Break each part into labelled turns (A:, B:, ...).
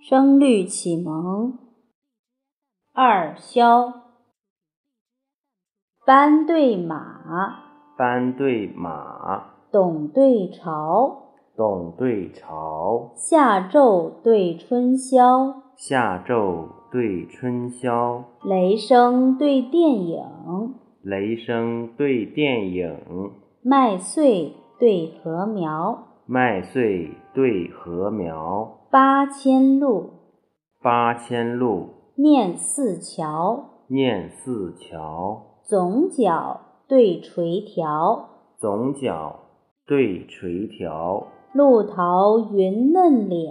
A: 声律启蒙二萧，班对马，
B: 班对马，
A: 董对朝，
B: 董对朝，
A: 夏昼对春宵，
B: 夏昼对春宵，
A: 雷声对电影，
B: 雷声对电影，
A: 麦穗对禾苗，
B: 麦穗对禾苗，
A: 八千路，
B: 八千路，
A: 念四桥，
B: 念四桥，
A: 总角对垂条，
B: 总角对垂条，
A: 路桃云嫩脸，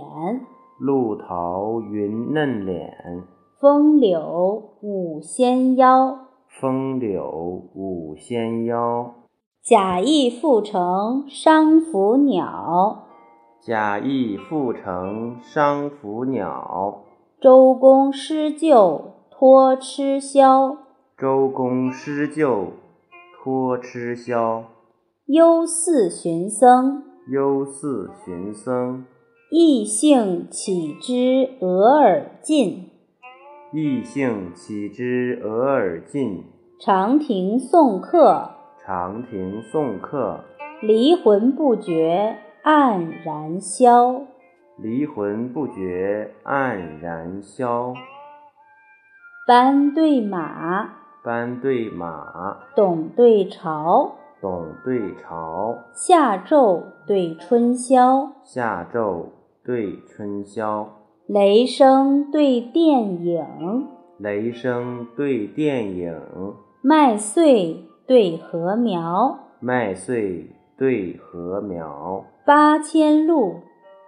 B: 路桃云嫩脸，
A: 风柳舞仙腰。
B: 风柳舞仙腰。
A: 贾谊复乘商浮鸟，
B: 贾谊复乘商浮鸟，
A: 周公施救托吃枭。
B: 周公施救托吃枭。
A: 忧似寻僧，
B: 忧似寻僧，
A: 异姓岂知额尔尽？
B: 异姓岂知额尔尽？
A: 长亭送客，
B: 长亭送客，
A: 离魂不觉黯然消。
B: 离魂不觉黯然消。
A: 班对马，
B: 班对马，
A: 董对朝，
B: 董对朝，
A: 夏昼对春宵，
B: 夏昼对春宵，
A: 雷声对电影，
B: 雷声对电影，
A: 麦穗对禾苗，
B: 麦穗对禾苗，
A: 八千路，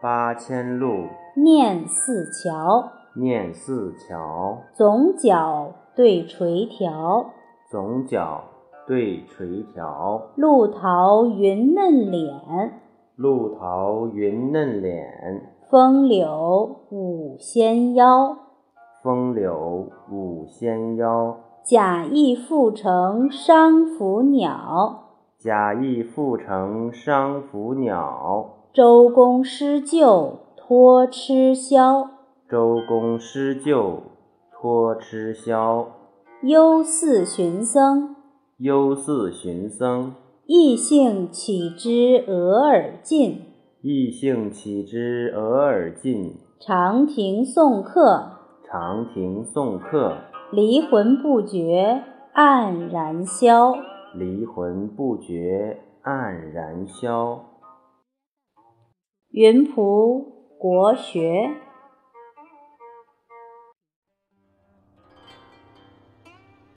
B: 八千路，
A: 念四桥，
B: 念四桥，
A: 总角对垂条，
B: 总角对垂条，
A: 路桃云嫩脸，
B: 路桃云嫩脸，
A: 风柳舞仙腰。
B: 风柳舞仙腰。
A: 贾谊复乘商浮鸟，
B: 贾谊复乘商浮鸟，
A: 周公施救托吃枭。
B: 周公施救托吃枭。
A: 忧似寻僧，
B: 忧似寻僧，
A: 异姓岂知额尔尽？
B: 异姓岂知额尔尽？
A: 长亭送客，
B: 长亭送客，
A: 离魂不觉黯然消。
B: 离魂不觉黯然消。
A: 云仆国学。